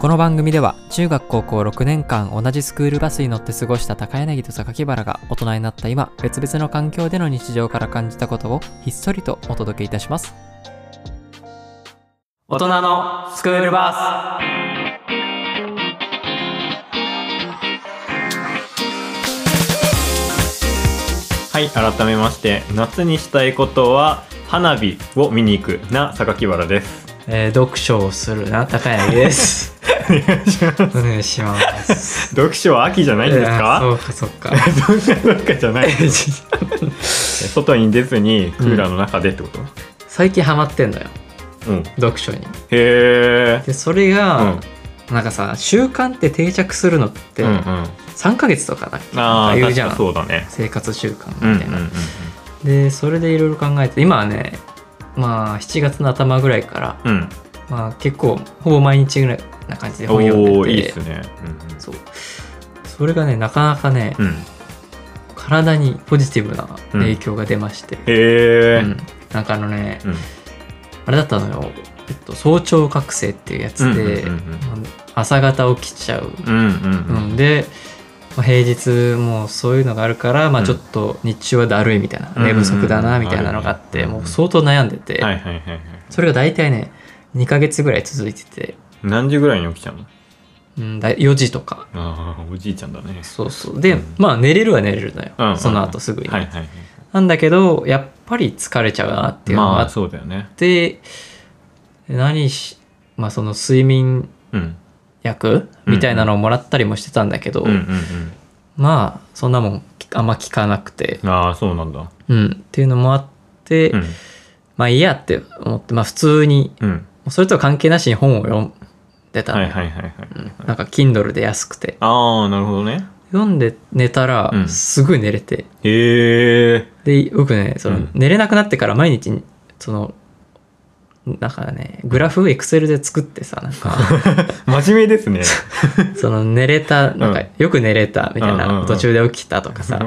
この番組では中学高校6年間同じスクールバスに乗って過ごした高柳と榊原が大人になった今別々の環境での日常から感じたことをひっそりとお届けいたします大人のスクールバはい、改めまして、夏にしたいことは、花火を見に行くな、榊原です。えー読書をするな高柳です。お願いしますお願いします。読書は秋じゃないんですやそかうかそうか。そんななんかじ ゃない。外に出ずに、クーラーの中でってこと最近ハマってんのようん。読書に。へえ。でそれがう、なんかさ習慣って定着するのってうんうん。あ3ヶ月とかだっけ、あなんかー、言う確じゃかんそうだね。生活習慣うんうみんうたいんな。うん。でそれでいろいろ考えて今はねまあ7月の頭ぐらいから、うん。まあ、結構ほぼ毎日ぐらいな感じで本読んおでー、ていいっすね。そうそれがねなかなかね、うんうん。うん。体にポジティブな影響が出まして、へえう。んなんかあのね、うんあれだったのよ、えっと、早朝覚醒っていうやつで、うんうん朝方起きちゃう、うんうんううんんで、まあ、平日もうそういうのがあるから、まあ、うんちょっと日中はだるいみたいな、うん寝不足だなみたいなのがあって、あるねもう相当悩んでて、うん。はいはいはいはい。それが大体ね2ヶ月ぐらい続いてて、何時ぐらいに起きちゃうのうん、だい4時とかああ、おじいちゃんだね。そうそうで、うんまあ寝れるは寝れるのよ、うんその後すぐに、はいはいはい。なんだけどやっぱり疲れちゃうなっていうのがあまっあ、そうだよね。で何しまあその睡眠うん。薬うんみたいなのをもらったりもしてたんだけど、うんうんうん。まあそんなもんあんま効かなくて、ああそうなんだ。うん、っていうのもあって、うん。まあいいやって思ってまあ普通にうん。それとは関係なしに本を読んでたの、はいはいはいはい。うんなんか Kindle で安くてああなるほどね。読んで寝たらうんすぐ寝れて、へえ。で僕ねその、うん寝れなくなってから毎日そのなんかねグラフエクセルで作ってさなん か真面目ですね。その寝れた、なんうかよく寝れたみたいうんうんうな、ん途中で起きたとか さ、あな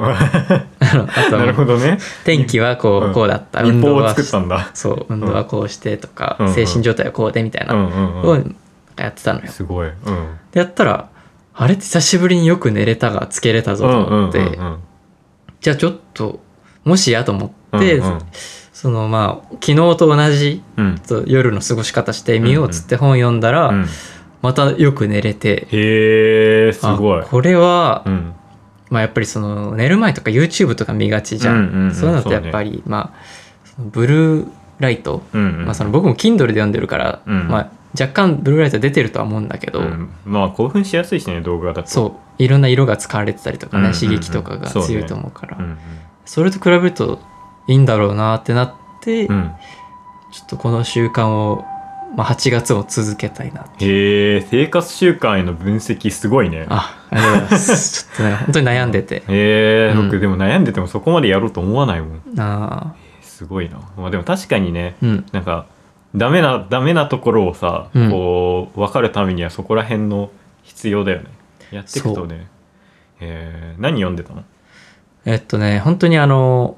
のあるほとどね。天気はこうう、んこうだった、日報をは作っ、たんだ。そう、運動はこうしてとかうんう、ん精神状態はこうでみたいうな、んうんをう。なんんかやってたのよ。すごい。うん。でやったら、あれ久しぶりによく寝れたがつけれたぞと思っうんてう、んじゃあちょっと、もしやと思うんってうんうん、そのまあ、昨日と同じうんちょっと夜の過ごし方してみようっつって本読んだうら、ん。またよく寝れて、へえすあごい。これはう、ん。まあ、やっぱりその寝る前とか YouTube とか見がちじゃん,、うんうんうんそういうのってやっぱり、まあそのブルーライト、うんうん。まあ、その僕も Kindle で読んでるから、うんまあ、若干ブルーライト出てるとは思うんだけど、うんまあ興奮しやすいしね動画だと。そういろんな色が使われてたりとかね、うんうんうん刺激とかがそうね強いと思うからそうれんと比べるといいんだろうなってなって、うん。うん。ちょっとこの習慣を、まあ、8月も続けたいなへえ生活習慣への分析すごいね。あありがとうございます ちょっとね本当に悩んでてへえうん僕でも悩んでてもそこまでやろうと思わないもん。なあすごいな。まあでも確かにね、うんなんかダメなダメなところをさ、うんこう分かるためにはそこら辺の必要だよねやっていくとねえー何読んでたのえっとね本当にあの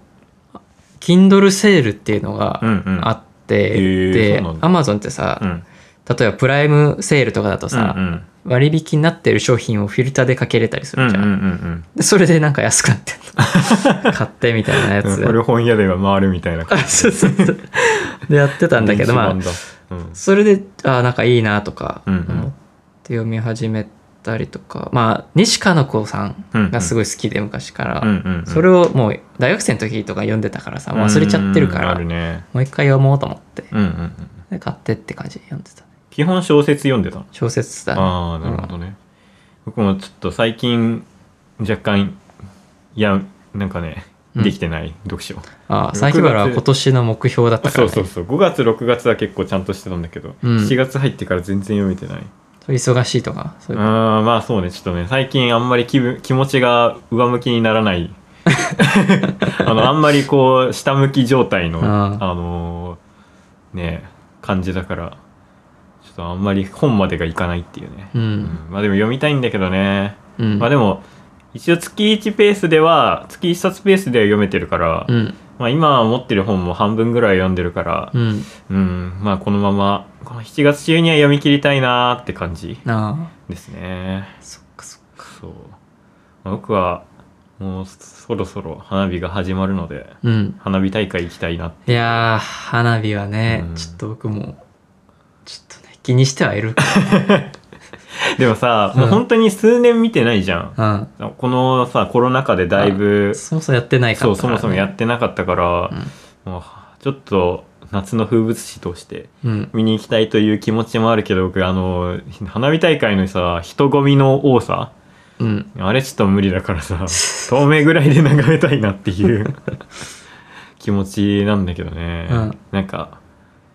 Kindle セールっていうのがんうんあって、うんへーでそうなんだ Amazon ってさ、うん例えばプライムセールとかだとさ、うんうん割引になってる商品をフィルターでかけれたりすうるんうんじゃん、うんでそれでなんか安くなって んの買ってみたいなやうんつ古本屋では回るみたいなあそうそうそうでやってたんだけどま電あ子版だそれであなんかいいなとかうんうん思って読み始めたりとか、まあ西加奈子さんがすごい好きで昔から、うんうんうんそれをもう大学生の時とか読んでたからさ忘れちゃってるかうんらあるねもう一回読もうと思ってうんうんうんで買ってって感じで読んでた基本小説読んでたの小説だねああなるほどね、僕もちょっと最近若干いやなんかねうんできてない読書、ああ榊原は今年の目標だったかそら、うね、そうそう5月6月は結構ちゃんとしてたんだけど、うん7月入ってから全然読めてない忙しいとかそういうあーまあそうねちょっとね最近あんまり気分気持ちが上向きにな らないあのあんまりこう下向き状態のあーあのーね感じだからちょっとあんまり本までがいかないっていうね、うんうんまあでも読みたいんだけどねうんまあでも一応月1ペースでは月1冊ペースでは読めてるから、うんまあ今持ってる本も半分ぐらい読んでるからうんうん、まあこのままこの7月中には読み切りたいなーって感じあですねあそっかそっかそうまあ僕はもうそろそろ花火が始まるのでうん花火大会行きたいないやー花火はね、うんちょっと僕もちょっとね気にしてはいる かでもさ、うんもう本当に数年見てないじゃんら、このさコロナ禍でだいぶうん、そもそもやってないから、そね、うそもそもやってなかったから、もうちょっと夏の風物詩としてうん、うん、見に行きたいという気持ちもあるけど僕あの花火大会のさ人混みの多さうん、あれちょっと無理だか らさ透明ぐらいで眺めたいなっていう気持ちなんだけどね、うんなんか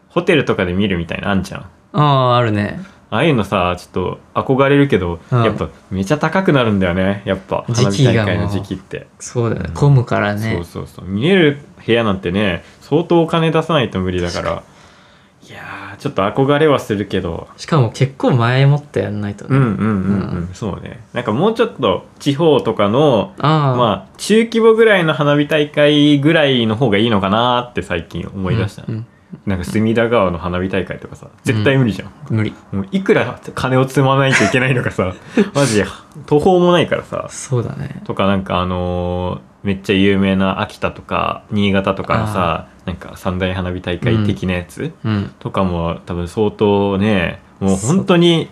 ホテルとかで見るみたいなあんじゃんあああるねああいうのさちょっと憧れるけど、うんやっぱめちゃ高くなるんだよねやっぱ花時期火大が会のもう時期って。そうだよねうん混むからねそうそうそう見れる部屋なんてね相当お金出さないと無理だからいやーちょっと憧れはするけどしかも結構前もってやんないとね、うんうんうんうん、うそうねなんかもうちょっと地方とかのああ、まあ中規模ぐらいの花火大会ぐらいの方がいいのかなーって最近思い出した、うんうんなんか隅田川の花火大会とかさ絶対無理じゃん、無理もういくら金を積まないといけないのかさマジで途方もないからさそうだねとかなんかあのーめっちゃ有名な秋田とか新潟とかのさなんか三大花火大会的なやつ、うんとかも多分相当ねもう本当に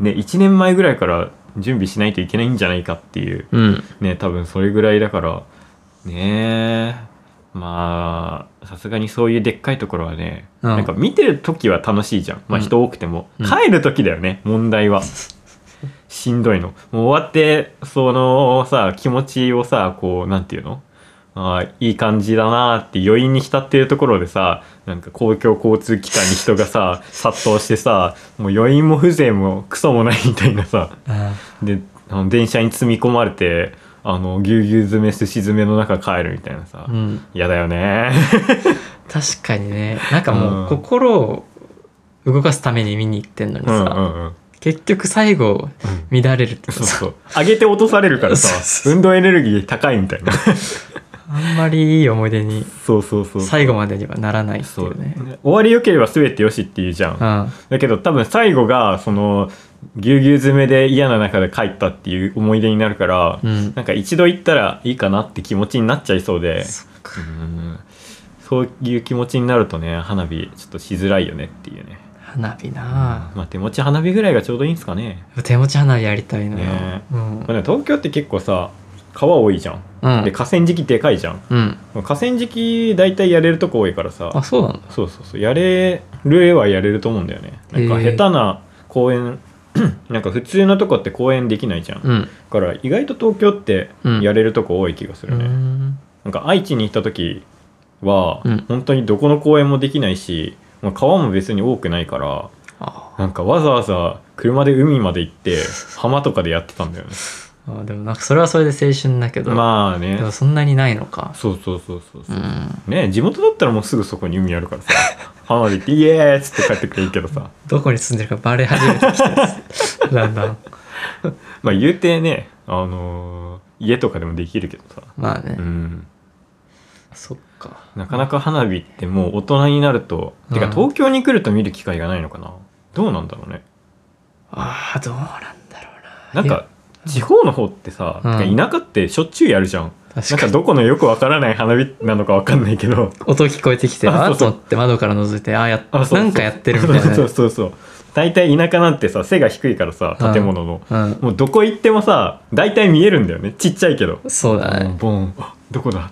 ね1年前ぐらいから準備しないといけないんじゃないかっていううんね多分それぐらいだからねえまあさすがにそういうでっかいところはね、うんなんか見てる時は楽しいじゃん、まあ、うん人多くても、うん帰る時だよね問 題はしんどいのもう終わってそのさ気持ちをさこうなんていうのあーいい感じだなーって余韻に浸ってるところでさなんか公共交通機関に人がさ殺到してさもう余韻も風情もクソもないみたいなさあであの電車に積み込まれてあのぎゅうぎゅう詰めすし詰めの中帰るみたいなさあうん嫌、だよ ね確かにねなんかもうんう心を動かすために見に行ってんのにうさ、んうんうん結局最後乱れるってそうさ、そう 上げて落とされるからそうそうさそう運動エネルギー高いみたいなあんまりいい思い出にそうそうそう最後までにはならないってそいううねね終わりよければ全てよしっていうじゃんうんだけど多分最後がそのぎゅうぎゅう詰めで嫌な中で帰ったっていう思い出になるから、うんなんか一度行ったらいいかなって気持ちになっちゃいそうでそっかうんそういう気持ちになるとね花火ちょっとしづらいよねっていうね花火なあまあ手持ち花火ぐらいがちょうどいいんですかね、手持ち花火やりたいのよ、ねうんまあ、でも東京って結構さ川多いじゃんうんで河川敷でかいじゃんうん河川敷大体やれるとこ多いからさあそうなんだそうそうそうやれるはやれると思うんだよねなんかへ下え手な公園 なんか普通のとこって公園できないじゃん、だうんから意外と東京ってうんやれるとこ多い気がすうるね、んなんか愛知に行った時は、うん本当にどこの公園もできないし、まあ、川も別に多くないからあなんかわざわざ車で海まで行って浜とかでやってたんだよねあでもなんかそれはそれで青春だけど、まあねでもそんなにないのかそうそうそうそううそう、んね地元だったらもうすぐそこに海ある からさ浜まで行って「イエーイ!」っつって帰ってくれるけどさどこに住んでるかバレ始めてき てるだんだんまあ言うてね、あのー家とかでもできるけどさ、まあね、うん、そっかなかなか花火ってもう大人になると、うんてか東京に来ると見る機会がないのかなどうなんだろうねああどうなんだろうななんか地方の方ってさ、うんてか田舎ってしょっちゅうやるじゃんいやなん確かかにどこのよくわからない花火なのかわかんないけど音聞こえてきてああそあうそうと思って窓から覗いてああやあそうそうなんかやってるみたいな そうねそうそう大体田舎なんてさ背が低いからさ建物の、うんもうどこ行ってもさ大体見えるんだよねちっちゃいけどそうだねボンあどこだ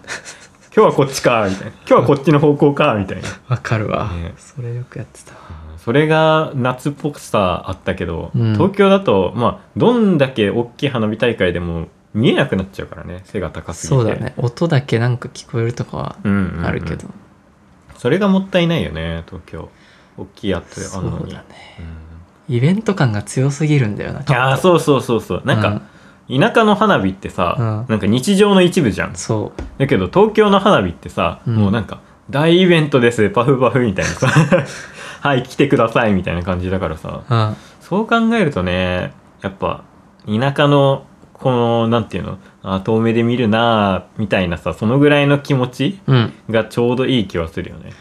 今日はこっちかみたいな今日はこっちの方向かみたいなわかるわねそれよくやってたわそれが夏っぽくさあったけど、うん東京だとまあどんだけ大きい花火大会でも見えなくなっちゃうからね背が高すぎてそうだね音だけなんか聞こえるとかはうんうんうんあるけどそれがもったいないよね東京大きいやつそあんのうにだねイベント感が強すぎるんだよなちょっとああーそうそうそうそうなんか、田舎の花火ってさ、うんなんか日常の一部じゃんうんそだけど東京の花火ってさ、うんもうなんか大イベントですパフパフみたいなさ はい来てくださいみたいな感じだからさううんそう考えるとねやっぱ田舎のこのなんていうのあ遠目で見るなあみたいなさそのぐらいの気持ちうんがちょうどいい気はするよね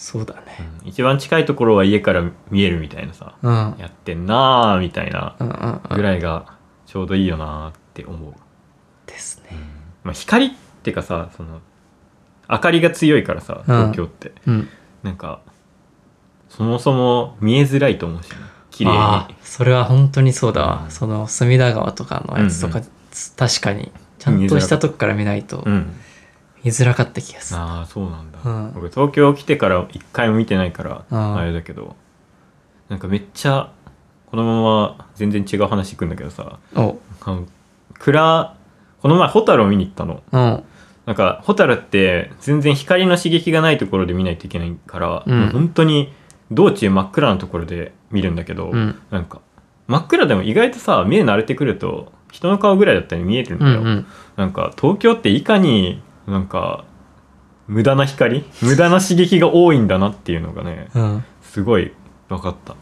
そうだね。うん一番近いところは家から見えるみたいなさうん。うんやってんなーみたいなうんうぐん。らいがちょうどいいよなーって思う、ですね。まあ、光ってかさその明かりが強いからさ東京って、うん。なんかそもそも見えづらいと思うしね綺麗あにーそれは本当にそうだうわ。んその隅田川とかのやつとか、うん確かに、ちゃんとしたとこから見ないとうん見づらかった気がする。ああそうなんだ、うん僕東京来てから一回も見てないからうんあれだけどなんかめっちゃこのまま全然違う話いくんだけどさお、あの暗この前ホタルを見に行ったのうん。なんかホタルって全然光の刺激がないところで見ないといけないから、うんもう本当に道中真っ暗なところで見るんだけど、うん。なんか真っ暗でも意外とさ目慣れてくると人の顔ぐらいだったら見えるんうだよ、んうん。なんか東京っていかになんか無駄 な光無駄な刺激が多いんだなっていうのがねうん。すごい分かった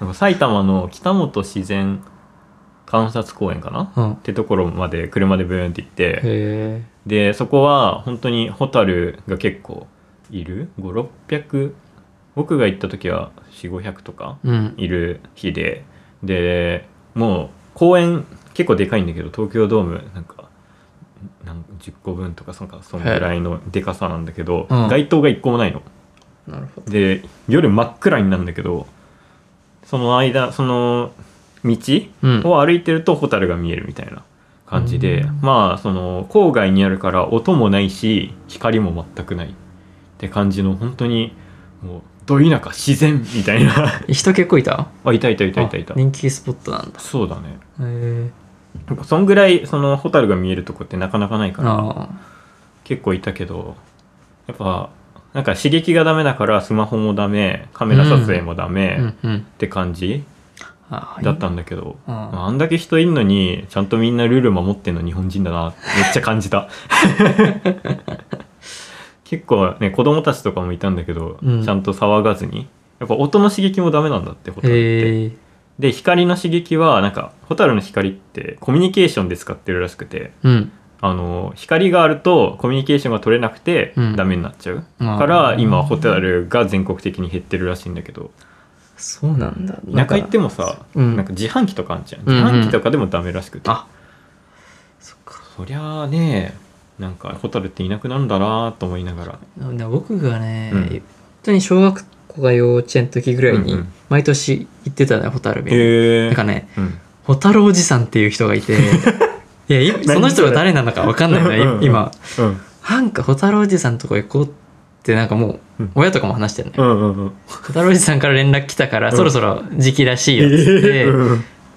なんか埼玉の北本自然観察公園かなうんっ。てところまで車でブーンって行ってへえ。でそこは本当にホタルが結構いる5600僕が行った時は4500とかうん。いる日ででもう公園結構でかいんだけど東京ドームなんかなん10個分とかそんかそんぐらいのでかさなんだけど、うん街灯が1個もないの。なるほど。で夜真っ暗になるんだけどその間その道うんを歩いてるとホタルが見えるみたいな感じで、うんまあその郊外にあるから音もないし光も全くないって感じの本当にもうど田舎自然みたい な。人結構いたあいたいたいたいたいたあ人気スポットなんだ。そうだねへえ。なんかそんぐらいそのホタルが見えるとこってなかなかないからあ結構いたけどやっぱなんか刺激がダメだからスマホもダメカメラ撮影もダあ。メうんうん。って感じあだったんんだけど、うんまああんだけ人いんのにちゃんとみんなルール守ってんの日本人だなってめっちゃ感じた 結構ね子供たちとかもいたんだけど、うんちゃんと騒がずにやっぱ音の刺激もダメなんだってホタルって。へえ。で光の刺激はなんかホタルの光ってコミュニケーションで使ってるらしくてうん。あの光があるとコミュニケーションが取れなくてうんダメになっちゃう、あーから今ホタルが全国的に減ってるらしいんだけどそうなんだ。田舎行ってもさ、うんなんか自販機とかあんじゃんうんう自ん販機とかでもダメらしくて、あそっか。そりゃあねなんかホタルっていなくなるんだなと思いながらなんだ僕がね、うん本当に小学校が幼稚園の時ぐらいうんにうん毎年行ってたね、ホタル見にへえなんかね、うん、ホタルおじさんっていう人がい て、いや、今その人が誰なのかわかんないな、いうんうん今。うんなんかホタルおじさんとこ行こうって、なんかもうう、ん親とかも話してるね。うんうんうんホタルおじさんから連絡来たから、うんそろそろ時期らしいよっつっ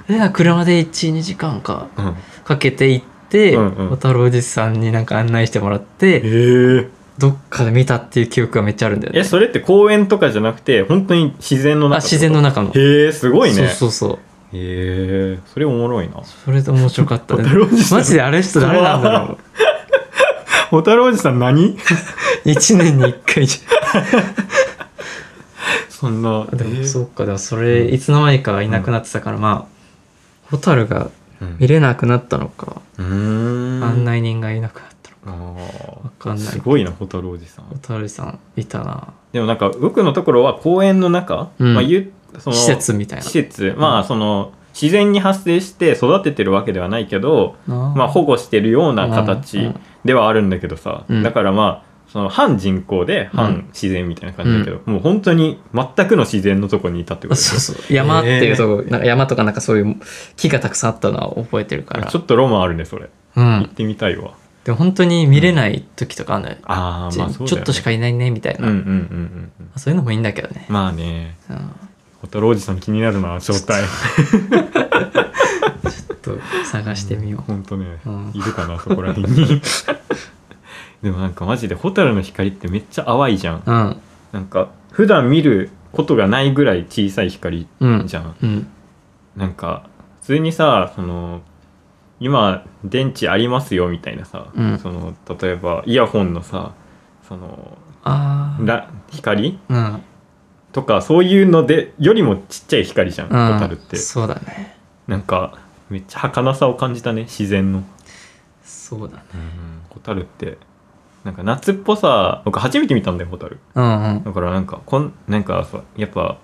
て、でなんか車で1、2時間かうんかけて行って、うんうんホタルおじさんになんか案内してもらって、へえどっかで見たっていう記憶がめっちゃあるんだよえね。それって公園とかじゃなくて本当に自然のあ中自然の中の。へえすごいねそうそうそう。へえそれおもろいなそれで面白かったね小太郎おじさんマジであれ人誰なんだろ小太郎おじさん何う。1年に1回じ そんなゃん。でへもえそうか、でもそれいつの間にかいなくなってたから、まあ、ホタルがうん見れなくなったのか、うーん案内人がいなくなったのか。あわーかんないすごいな小太郎おじさホんタルさんいたな。でもなんか僕のところは公園の中、うんまあゆその施設みたいな施。設まあその自然に発生して育ててるわけではないけど、ままあ、保護してるようなうんう形んではあるんだけどさ、うんだからまあその半人口でうん半自然みたいな感じだけど、もう本当に全くの自然のとこにいたってことでしょそうそう。山っていうとこ、なんか山とかなんかそういう木がたくさんあったのは覚えてるからちょ。っとロマンあるねそれ、う行っん。てみたいわでも本当に見れない時とかあるのよ。ああまあそうだよ、ね、ちょっとしかいないね、みたいうんな。うんうんうんうんそういうのもいいんだけどね。まあねうん小太郎おじさん気になるな正体ちょっと探してみよう。本当ね、うんいるかなそこら辺 にでもなんかマジで蛍の光ってめっちゃ淡いじゃんうん。なんか普段見ることがないぐらい小さい光うん。じゃん、うん。なんか普通にさその今電池ありますよみたいなさ、うんその例えばイヤホンのさそのああ。ら光うん。とかそういうのでよりもちっちゃい光じゃうん、ん。ホタルってそうだね。なんかめっちゃ儚さを感じたね自然の、そうだね。うん、ホタルってなんか夏っぽさ僕初めて見たんだよホタルうんうん。だからなんかこんなんかさやっぱ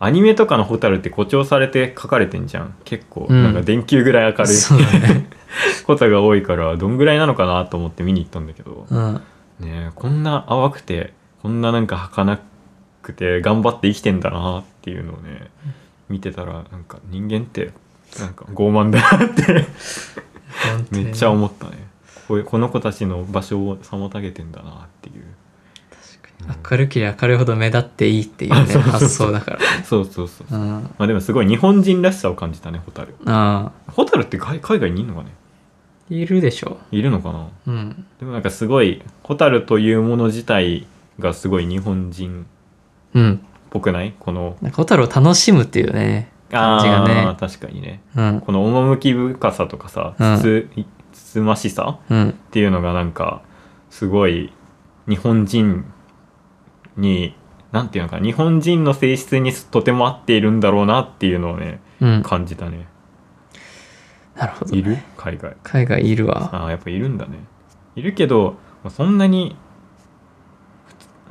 アニメとかのホタルって誇張されて描かれてんじゃん結構うんなんか電球ぐらい明るい、そうだね。 ことが多いからどんぐらいなのかなと思って見に行ったんだけど、うん。ねえこんな淡くてこんななんか儚くて頑張って生きてんだなっていうのをね見てたらなんか人間ってなんか傲慢だなって本当にめっちゃ思ったねこういうこの子たちの場所を妨げてんだなっていう明るければ明るいほど目立っていいっていうね、そうそうそう発想だから。そうそうそう、うまん。あでもすごい日本人らしさを感じたねホタルああ。ホタルって海海外にいるのかねいるでしょ。いるのかなうん。でもなんかすごいホタルというもの自体がすごい日本人うん。っぽくないこのなんか、小太郎を楽しむっていうね、感あじがあーね。確かにねうん。この趣深さとかさうんつつ,、つつましさうん。っていうのがなんかすごい日本人になんていうのかな日本人の性質にとても合っているんだろうなっていうのをねうん。感じたねなるほど、いるね。海外海外いるわ。ああやっぱいるんだねいるけどまあそんなに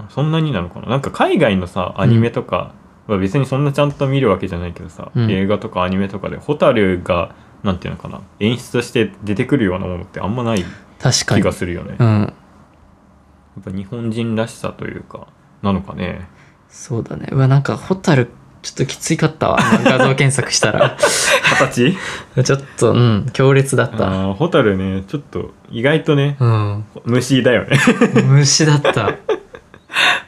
そんなになのかななんか海外のさアニメとかは別にそんなちゃんと見るわけじゃないけどさ、うん映画とかアニメとかでホタルがなんていうのかな演出として出てくるようなものってあんまない確か気に。がするよね、うやん。っぱ日本人らしさというかなのかねそうだね。うわ、なんか、ホタル、ちょっときついかったわ。画像検索したら。 形ちょっと、うん、強烈だった。 あーホタルねちょっと意外とねうん。虫だよね 虫だった。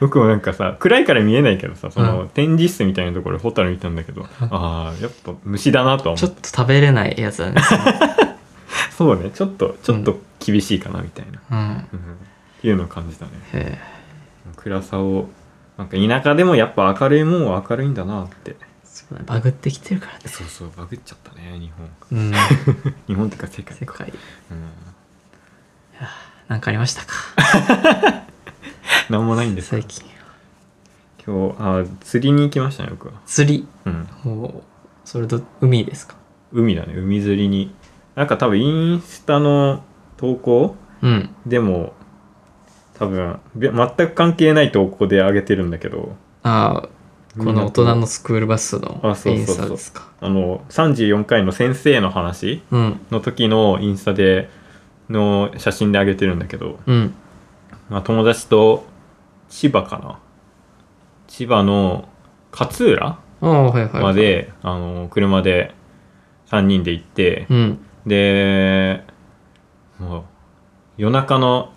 僕もなんかさ暗いから見えないけどさそうの展示室みたいなところでホタル見たんだけど、あーやっぱ虫だなとはち思ょっっと食べれないやつだね。たそうねちょっとちょっと厳しいかなみたいな、うん。へうんっていうのを感じたねえ。暗さをなんか田舎でもやっぱ明るいもんは明るいんだなってそうだね。バグってきてるからね。そうそうバグっちゃったね日本うん。日本っていうか世界世か界。うん、なんかありましたかなんもないんですよ最近。今日あー釣りに行きましたね僕は、釣り。うん、おそれと、海ですか海だね海釣りになんか多分インスタの投稿うん。でも多分べ全く関係ない投稿で上げてるんだけどああ、この大人のスクールバスのあそイうそうそうンスタですか。あの34回の先生の話うん。の時のインスタでの写真で上げてるんだけど、うん。まあ、友達と千葉かな千葉の勝浦ああ、はいはい。ま。で、あの車で3人で行って、うん。でもう夜中の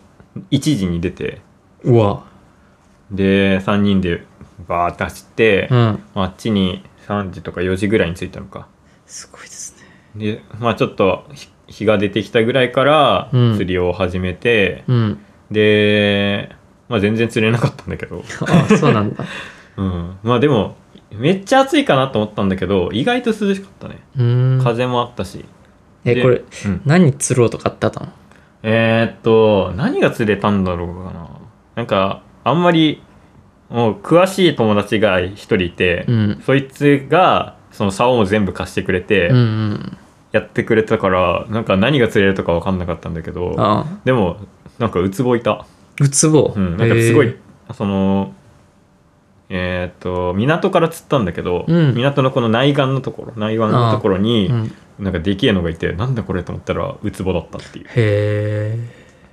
1時に出てうわ。で3人でバーって走って、うん。まああっちに3時とか4時ぐらいに着いたのかすごいですね。でまあちょっと日日が出てきたぐらいからうん釣りを始めて、うん。で、まあ、全然釣れなかったんだけど、ああ、そうなん だ。うん、まあでもめっちゃ暑いかなと思ったんだけど意外と涼しかったねうーん。風もあったし、え、でこれ、うん何釣ろうとかってあったのえーっと何が釣れたんだろうかななんかあんまりもう詳しい友達が一人いて、うん。そいつがその竿も全部貸してくれて、うんうん。やってくれたからなんか何が釣れるとか分かんなかったんだけどああ。でもなんかウツボいた、ウツボ。うん、なんかすごへいえ。、そのえーっと港から釣ったんだけど、うん港のこの内岸のところ内岸のところにうん、なんかでけえのがいてなんだこれと思ったらウツボだったっていういへ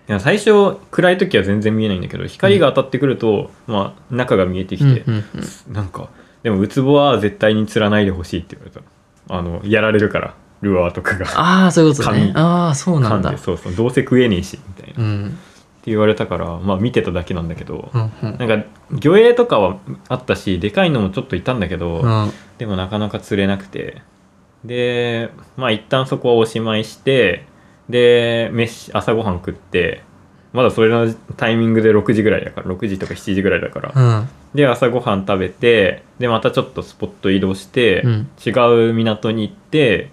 え。や最初暗い時は全然見えないんだけど光が当たってくると、まあ中が見えてきてうん、うんうんなんかでもウツボは絶対に釣らないでほしいって言われたあのやられるからルアーとかがああ、そういうことね紙。ああ、そうなん噛んだで。そうそうどうせ食えねえしみたいな、うってん。言われたからまあ見てただけなんだけどう、んうん。なんか魚影とかはあったしでかいのもちょっといたんだけど、うんでもなかなか釣れなくてでまあ一旦そこはおしまいしてで飯朝ごはん食ってまだそれのタイミングで6時ぐらいだから6時とか7時ぐらいだから、うん。で朝ごはん食べてでまたちょっとスポット移動して、うん違う港に行って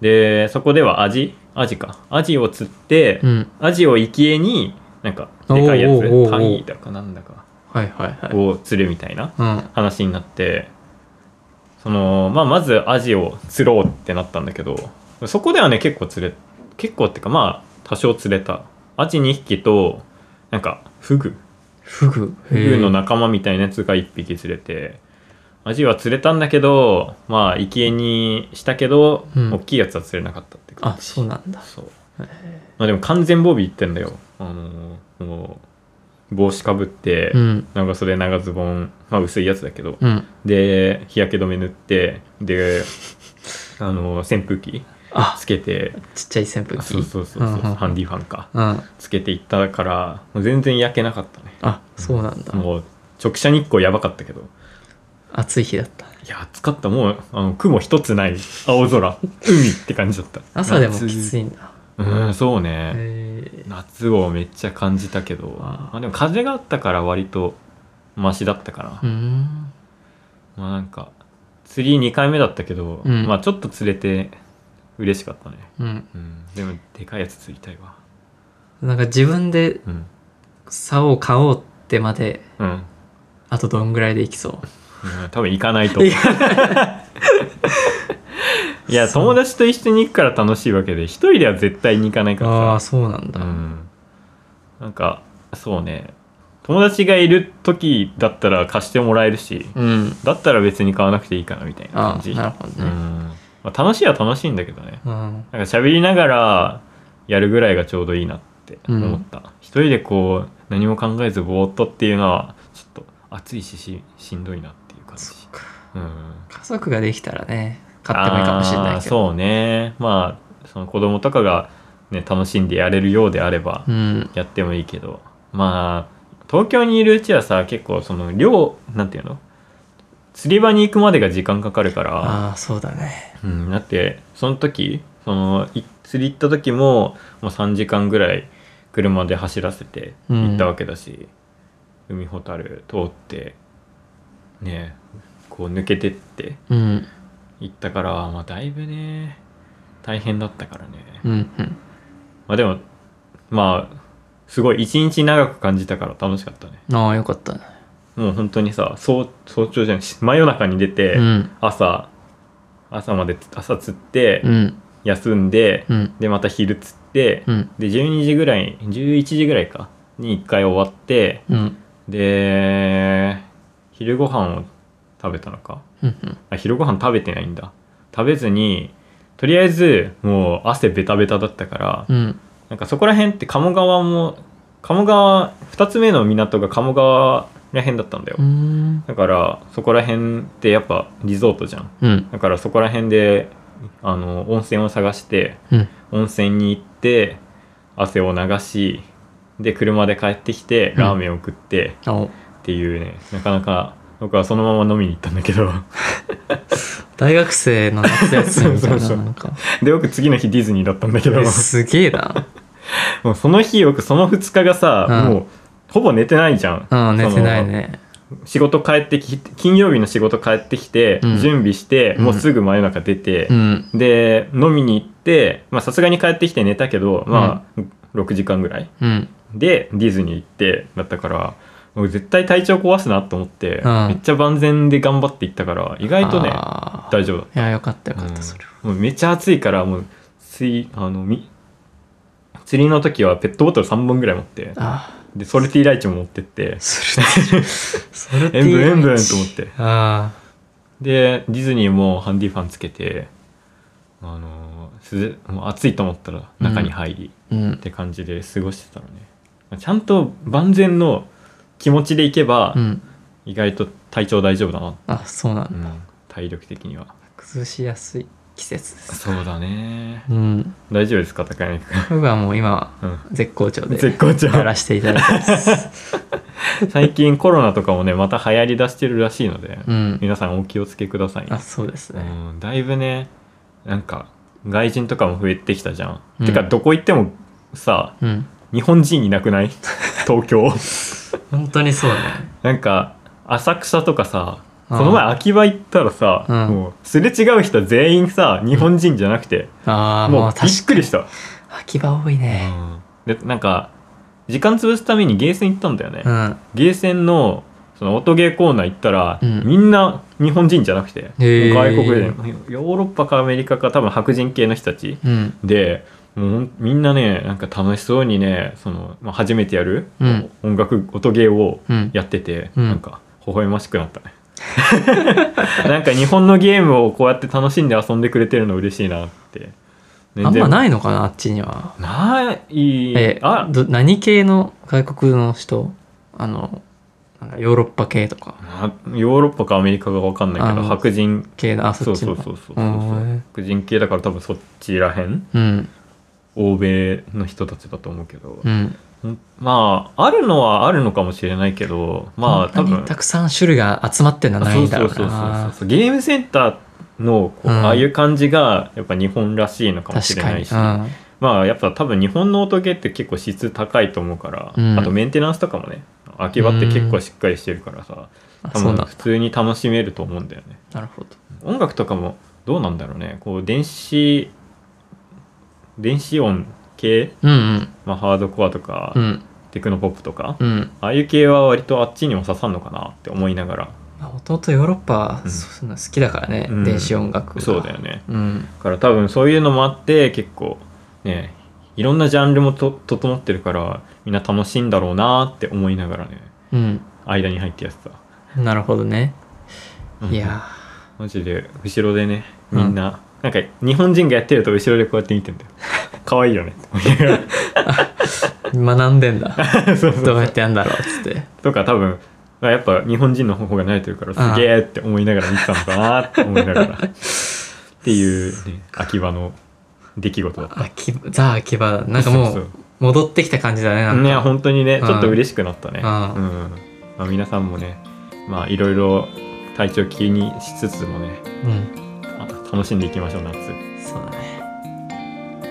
でそこではアジアジかアジを釣って、うん。アジを生き餌になんかでかいやおーおーおーつタイだかなんだかはいはいはい。を釣るみたいなうん。話になってその、まあ、まずアジを釣ろうってなったんだけどそこではね結構釣れ結構っていうかまあ多少釣れたアジ2匹となんかフグフグ。フグの仲間みたいなやつが1匹釣れてアジは釣れたんだけどまあ生贄にしたけど、うん大きいやつは釣れなかったって感あ、じそうなんだ。そうへーまあでも完全防備いってんだよあのーもう帽子かぶって、うん。長袖長ズボンまあ薄いやつだけど、うん。で日焼け止め塗ってであのー扇風機あ、つけてちっちゃい扇風機。そうそうそうそう、んんハンディファンかうん。つけていったからもう全然焼けなかったねあ、そうなんだ。もう直射日光やばかったけど暑い日だった。いや暑かったもうあの雲一つない青空海って感じだった朝でもきついいんだ。うんそうねへー夏をめっちゃ感じたけどあーまあでも風があったから割とマシだったかな、うん。まあなんか釣り2回目だったけど、うんまあちょっと釣れて嬉しかったね、うん。うん、でもでかいやつ釣りたいわなんか自分でうん竿を買おうってまで、うん、あとどんぐらいでいきそう。うん多分行かないといいや友達と一緒に行くから楽しいわけで一人では絶対に行かないからさああ、そうなんだ。うん、なんかそうね友達がいる時だったら貸してもらえるしうん。だったら別に買わなくていいかなみたいなあ感あ、じ、なるほどうね。んまあ、楽しいは楽しいんだけどねうん。なんか喋りながらやるぐらいがちょうどいいなって思った、一人でこう何も考えずぼーっとっていうのはちょっと暑いしししんどいなっていう感じそっか。うん家族ができたらね、買ってもいいかもしれないあーけど。そうねまあその子供とかが、ね、楽しんでやれるようであれば、うん。やってもいいけどまあ東京にいるうちはさ結構その漁なんていうの釣り場に行くまでが時間かかるから、ああ、そうだね。うん、だってその時そのい釣り行った時ももう3時間ぐらい車で走らせて行ったわけだし、海ほたる通ってねこう抜けてってうん。行ったから、まあ、だいぶね大変だったからね。うん。うん。まあでもまあすごい一日長く感じたから楽しかったねああ、よかったね。もう本当にさ早早朝じゃなく真夜中に出て、うん。朝朝まで朝釣って、うん。休んで、うん。でまた昼釣って、うん。で12時ぐらい11時ぐらいかに1回終わってうん。で昼ご飯を食べたのかうん。あ昼ご飯食べてないんだ食べずにとりあえずもう汗ベタベタだったから、うん。なんかそこら辺って鴨川も鴨川2つ目の港が鴨川ら辺だったんだよ、うん。だからそこら辺ってやっぱリゾートじゃんうん。だからそこら辺であの温泉を探してうん。温泉に行って汗を流しで車で帰ってきてうんラーメンを食っておっていうね、なかなか僕はそのまま飲みに行ったんだけど 大学生の夏休みみた そいうそうそなうなんかでよく次の日ディズニーだったんだけどえすげえな もうその日よくその2日がさ、うんもうほぼ寝てないじゃん、うん寝そてのないね仕事帰ってきて金曜日の仕事帰ってきて、うん準備してうんもうすぐ真夜中出てう、んで飲みに行ってまあさすがに帰ってきて寝たけどまあ、6時間ぐらいうんでディズニー行ってだったから俺絶対体調壊すなと思って、うんめっちゃ万全で頑張って行ったから意外とねあー大丈夫だっいやよかったよたかったうんそれはもうめっちゃ暑いからもう水あのみ釣りの時はペットボトル3本ぐらい持ってあでソルティライチも持ってってーそれそれ塩分塩分と思ってあでディズニーもハンディファンつけてあのー涼もう暑いと思ったら中に入り、あうんって感じで過ごしてたのねちゃんと万全の気持ちでいけば、うん意外と体調大丈夫だな、あそうなうんだん、体力的には崩しやすい季節ですそうだねうん 大丈夫ですか高柳君僕はもう今うん絶好調で絶好調やらせていただいてます最近コロナとかもねまた流行りだしてるらしいので、うん皆さんお気をつけくださいねあそうですねうん、だいぶねなんか外人とかも増えてきたじゃん、うんてかどこ行ってもさうん日本人いなくない 東京本当にそうねなんか浅草とかさうんこの前秋葉行ったらさ、うんもうすれ違う人全員さ日本人じゃなくて、ああももううびっ確かくりした、秋葉多いねうんでなんか時間潰すためにゲーセン行ったんだよね、うんゲーセンのその音ゲーコーナー行ったら、うんみんな日本人じゃなくて、へー外国人ヨーロッパかアメリカか多分白人系の人たちうんでもうほんみんなねなんか楽しそうにねその、まあ、初めてやる、うん音楽音芸をうんやってて、うんなんか微笑ましくなったね なんか日本のゲームをこうやって楽しんで遊んでくれてるの嬉しいなってあんまいないのかなあっちにはないえあど何系の外国の人あのなんかヨーロッパ系とかあヨーロッパかアメリカか分かんないけあどの白人系のあそそうっちそのうそうそうそううん白人系だから多分そっちらへんうん欧米の人たちだと思うけどう、んまああるのはあるのかもしれないけどまあそ多んなに分たくさん種類が集まってんのはないんだろうそうそうそうそうなそうゲームセンターのこう、うんああいう感じがやっぱ日本らしいのかもし確れかなにいし、うんまあやっぱ多分日本の音ゲーって結構質高いと思うから、うんあとメンテナンスとかもね秋葉って結構しっかりしてるからさ、あ多そう分なんだ普通に楽しめると思うんだよねなるほど音楽とかもどうなんだろうねこう電子電子音系、うんうんまあ、ハードコアとか、うんテクノポップとか、うんああいう系は割とあっちにも刺さんのかなって思いながらもともとヨーロッパはうんそんな好きだからね、うん電子音楽がそうだよねうんだから多分そういうのもあって結構ねいろんなジャンルもと整ってるからみんな楽しいんだろうなって思いながらねうん間に入ってやってなるほどね、た、うんいやマジで後ろでねみんな、なんか日本人がやってると後ろでこうやって見 てんだよ可愛いよねって思いながー学んでんだら そうそうどうやってやんだろうっつってとか多分まあやっぱ日本人の方が慣れてるからすげえって思いながら見てたのかなって思い ながらっていう、ね、秋葉の出来事だった秋ザ秋葉だなんかもそうそ戻ってきた感じだねなんかね本当にねうちんょっと嬉しくなったね、ううんんまあ、皆さんもねまあいろいろ体調気にしつつもねうんあ楽しんでいきましょう夏そうだね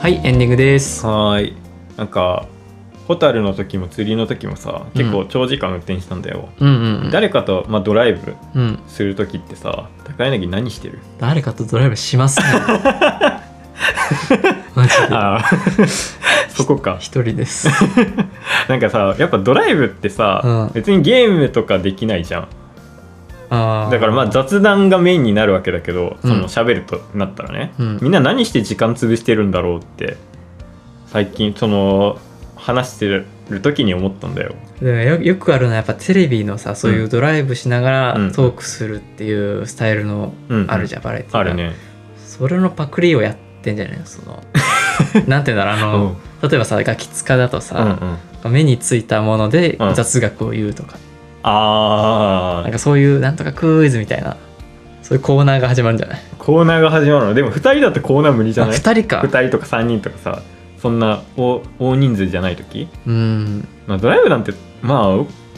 はいエンディングですはーいなんかホタルの時も釣りの時もさ結構長時間運転したんだよ、うんうんうん誰かと、まあ、ドライブうんする時ってさ高柳何してる誰かとドライブし ますねマジであー そこか一人 ですなんかさやっぱドライブってさ、うん別にゲームとかできないじゃんあーだからまあ雑談がメインになるわけだけどうそんの喋るとなったらね、うんみんな何して時間潰してるんだろうって最近その話してる時に思ったんだよでもよよくあるのはやっぱテレビのさそういうドライブしながうらんトークするっていうスタイルのうんあるじゃん、バラエティーがあるねそれのパクリをやってんじゃないのそ のなんていうんだろうあうんのうん、例えばさガキ使だとさ、うん目についたものでうん雑学を言うとか、あなんーかそういうなんとかクイズみたいなそういうコーナーが始まるんじゃないコーナーが始まるのでも2人だってコーナー無理じゃあない二人か2人とか3人とかさそんな大大人数じゃない時、うんまあ、ドライブなんてま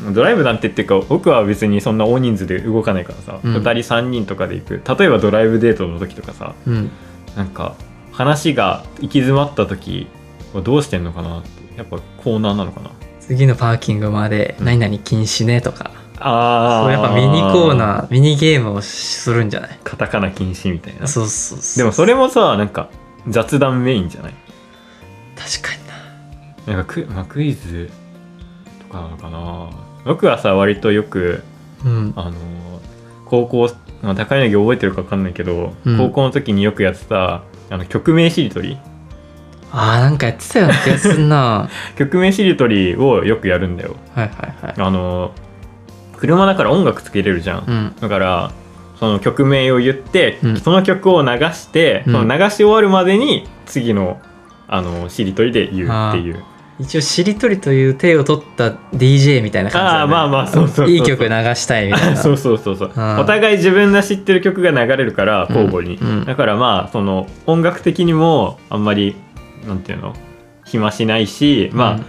あドライブなんてっていうか僕は別にそんな大人数で動かないからさ、うん2人3人とかで行く例えばドライブデートの時とかさうんなんか話が行き詰まった時はどうしてんのかなってやっぱコーナーなのかな次のパーキングまで何々禁止ねとか、あそうやっぱミニコーーナーミニゲームをするんじゃないカタカナ禁止みたいなそうそうそうでもそれもさなんか雑談メインじゃない確かにななんかク,、まあ、クイズとかなのかな僕はさ割とよくうんあのー高校、まあ、高柳覚えてるか分かんないけど、うん高校の時によくやってたあの曲名しりとりあーなんかやってたような気がすん な曲名しりとりをよくやるんだよはいはいはいあのー車だから音楽つけれるじゃん、うんだからその曲名を言って、うんその曲を流して、うんその流し終わるまでに次のあのしりとりで言うっていう一応しりとりという手を取った DJ みたいな感じだねあーまあまあそうそうそういい曲流したいみたいな そうそうそうそうあーお互い自分が知ってる曲が流れるから交互に、うんうんだからまあその音楽的にもあんまりなんていうの暇しないしまあ、うん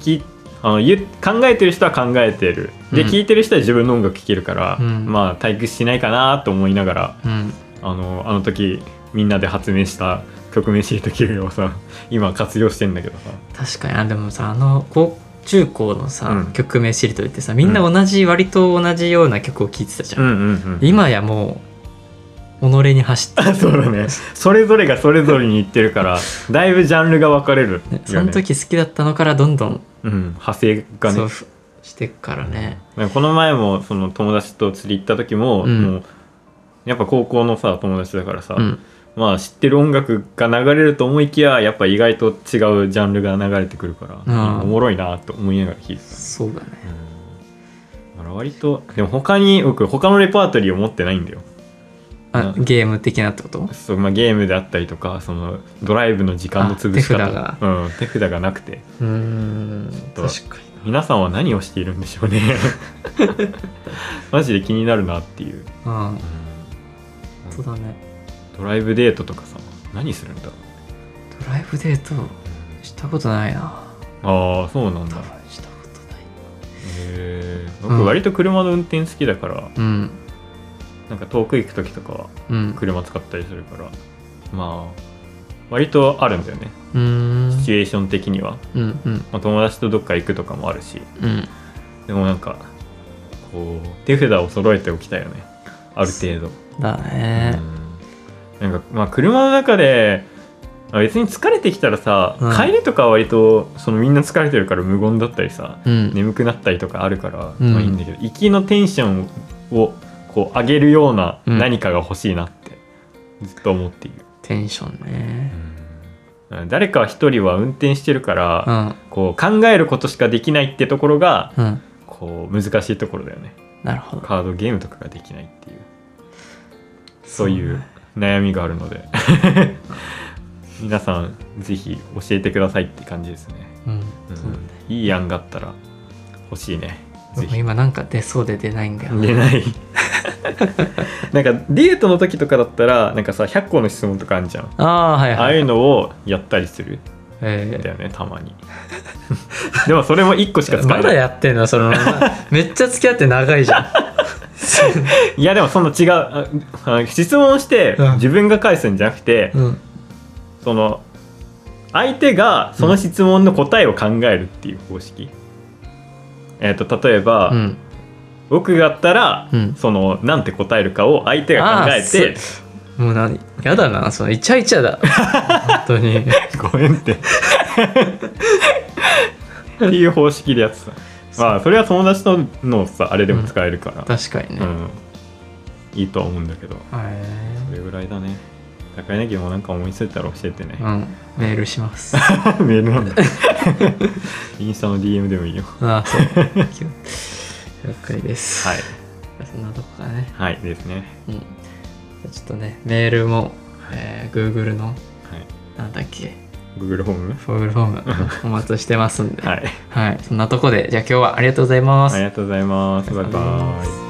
きあのゆ考えてる人は考えてるでうん聴いてる人は自分の音楽聴けるから、うんまあ退屈しないかなと思いながらうんあのあの時みんなで発明した曲名シリトキをさ今活用してんだけどさ確かにあでもさあの高中高のさ、うん曲名しりとりってさみんな同じ、割と同じような曲を聴いてたじゃん、んうん今やもう己に走ってあ そうだねそれぞれがそれぞれにいってるからだいぶジャンルが分かれるよ、ねねその、時好きだったのからどんどんうん、派生がそねうふしてっからね、なんかこの前もその友達と釣り行った時も,、うんもうやっぱ高校のさ友達だからさ、うんまあ知ってる音楽が流れると思いきややっぱ意外と違うジャンルが流れてくるから、うんおもろいなと思いながら聴いてたそうだねだから割とでも他に僕他のレパートリーを持ってないんだよあうんゲーム的なってことそう、まあ、ゲームであったりとかそのドライブの時間の潰し方あ手札うん、手札がなくてうーんちょっと確か皆さんは何をしているんでしょうね マジで気になるなっていう、にうんそうだねドライブデートとかさ何するんだろうドライブデートしたことないなああそうなん多だ分したことないへえうん僕割と車の運転好きだから、うんなんか遠く行く時とかはうん車使ったりするからまあ割とあるんだよねうーんシチュエーション的には、うんうんまあ、友達とどっか行くとかもあるしうんでもなんかこう手札を揃えておきたいよねある程度、だねうんなんかまあ車の中であ別に疲れてきたらさ、うん帰りとかは割とそのみんな疲れてるから無言だったりさうん眠くなったりとかあるから、うんまあいいんだけど行きのテンションをこう上げるような何かが欲しいなってずっと思っている、テンションねうん誰か一人は運転してるから、うんこう考えることしかできないってところがうんこう難しいところだよねなるほどカードゲームとかができないっていうそういう悩みがあるので 皆さんぜひ教えてくださいって感じですね、うんうんそうだねいい案があったら欲しいねぜ僕ひ今なんか出そうで出ないんだよ出ない なんかデートの時とかだったらなんかさ100個の質問とかあるじゃんああはいああはいいうのをやったりするんだえよねたまに でもそれも1個しかー使まえなだい、やってんのその めっちゃ付き合って長いじゃんいやでもそんな違うああ質問してうん自分が返すんじゃなくて、うんその相手がその質問の答えを考えるっていう方式、えっ、と例えば、うん僕があったら、うんそのなんて答えるかを相手が考あえてーすもう何やだなそのイチャイチャ だ本当にごめんってっていう方式でやってたまあそれは友達とのさあれでも使えるから、確かにうね、んいいとは思うんだけどはいそれぐらいだね高柳もなんか思いついたら教えてね、うんメールします メールなんだインスタの DM でもいいよ ああそう了解ですはいそんなとこかねはいですねうんちょっとねメールも、えー、Google のはいなんだっけ Google ホームフォールフォーム お待ちしてますんではい。はい、そんなとこでじゃあ今日はありがとうございますありがとうございます。バイバイ。